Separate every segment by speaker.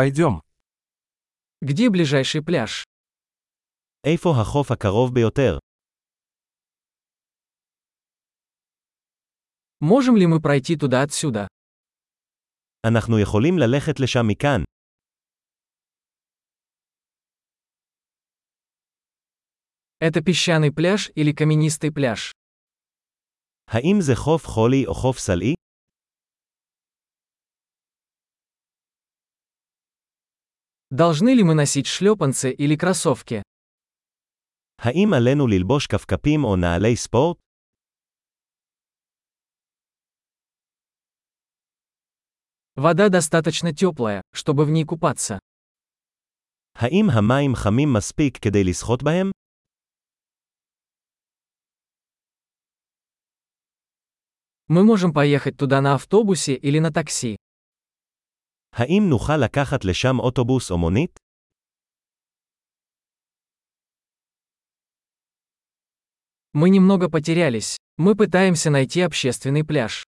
Speaker 1: Пойдем.
Speaker 2: Где ближайший пляж?
Speaker 3: איפה החוף הקרוב ביותר?
Speaker 2: Можем ли мы пройти туда отсюда?
Speaker 3: אנחנו יכולים ללכת לשם מכאן.
Speaker 2: Это песчаный пляж или каменистый пляж?
Speaker 3: האם זה חוף חולי או חוף סלעי?
Speaker 2: Должны ли мы носить шлепанцы или кроссовки?
Speaker 3: האם עלינו ללבוש כפכפים או נעלי ספורט?
Speaker 2: Вода достаточно теплая, чтобы в ней купаться.
Speaker 3: האם המים חמים מספיק כדי לשחות בהם?
Speaker 2: Мы можем поехать туда на автобусе или на такси.
Speaker 3: האם נוכל לקחת לשם אוטובוס או מונית?
Speaker 2: Мы немного потерялись. Мы пытаемся найти общественный пляж.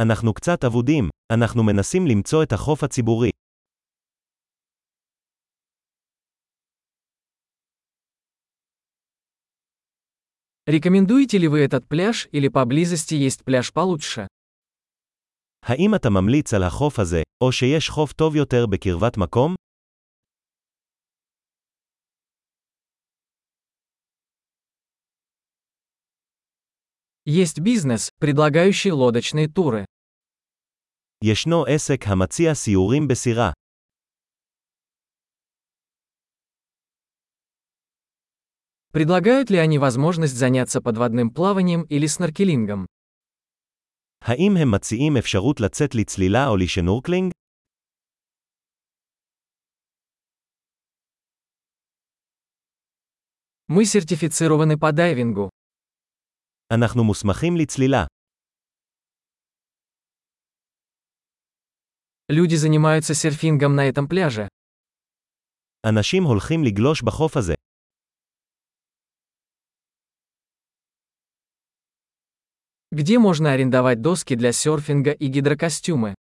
Speaker 3: אנחנו קצת אבודים, אנחנו מנסים למצוא את החוף הציבורי.
Speaker 2: Рекомендуете ли вы этот пляж или поблизости есть пляж получше?
Speaker 3: האם אתה ממליץ על החוף הזה, או שיש חוף טוב יותר בקרבת מקום?
Speaker 2: Есть бизнес, предлагающий лодочные туры.
Speaker 3: ישנו עסק המציע סיורים בסירה.
Speaker 2: Предлагают ли они возможность заняться подводным плаванием или снаркелингом?
Speaker 3: האם הם מציעים אפשרות לצאת לצלילה או לשנורקלינג?
Speaker 2: Мы сертифицированы по дайвингу.
Speaker 3: אנחנו מוסמכים לצלילה.
Speaker 2: Люди занимаются серфингом на этом пляже.
Speaker 3: אנשים הולכים לגלוש בחוף הזה.
Speaker 2: Где можно арендовать доски для серфинга и гидрокостюмы?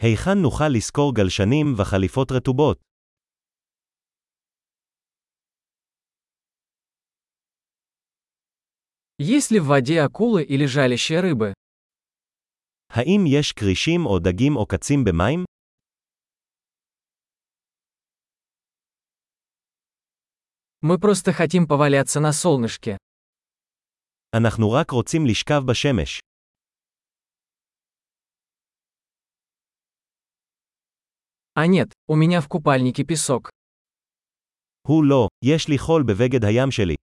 Speaker 3: היכן נוכל לשכור גלשנים וחליפות רטובות?
Speaker 2: Есть ли в воде акулы или жалящие рыбы?
Speaker 3: האם יש כרישים או דגים או קצים במים?
Speaker 2: Мы просто хотим поваляться на солнышке.
Speaker 3: אנחנו רק רוצים לשכב בשמש.
Speaker 2: А нет, у меня в купальнике песок.
Speaker 3: הוא לא, יש לי חול בבגד הים שלי.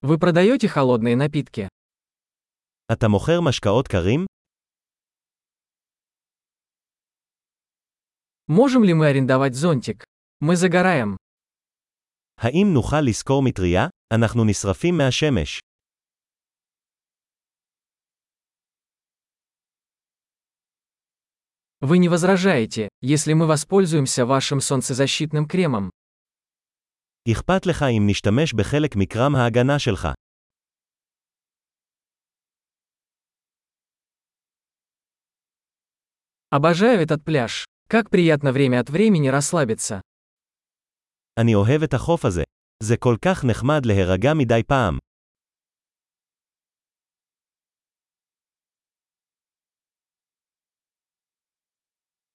Speaker 2: Вы продаете холодные напитки?
Speaker 3: אתה מוכר משקאות קרים?
Speaker 2: Можем ли мы арендовать зонтик? Мы загораем.
Speaker 3: האם נוכל לשכור מטריה? אנחנו נשרפים מהשמש.
Speaker 2: Вы не возражаете, если мы воспользуемся вашим солнцезащитным кремом.
Speaker 3: אכפת לך אם נשתמש בחלק מקרם ההגנה שלך.
Speaker 2: Обожаю этот пляж. Как приятно время от времени расслабиться.
Speaker 3: אני אוהב את החוף הזה. זה כל כך נחמד להירגע מדי פעם.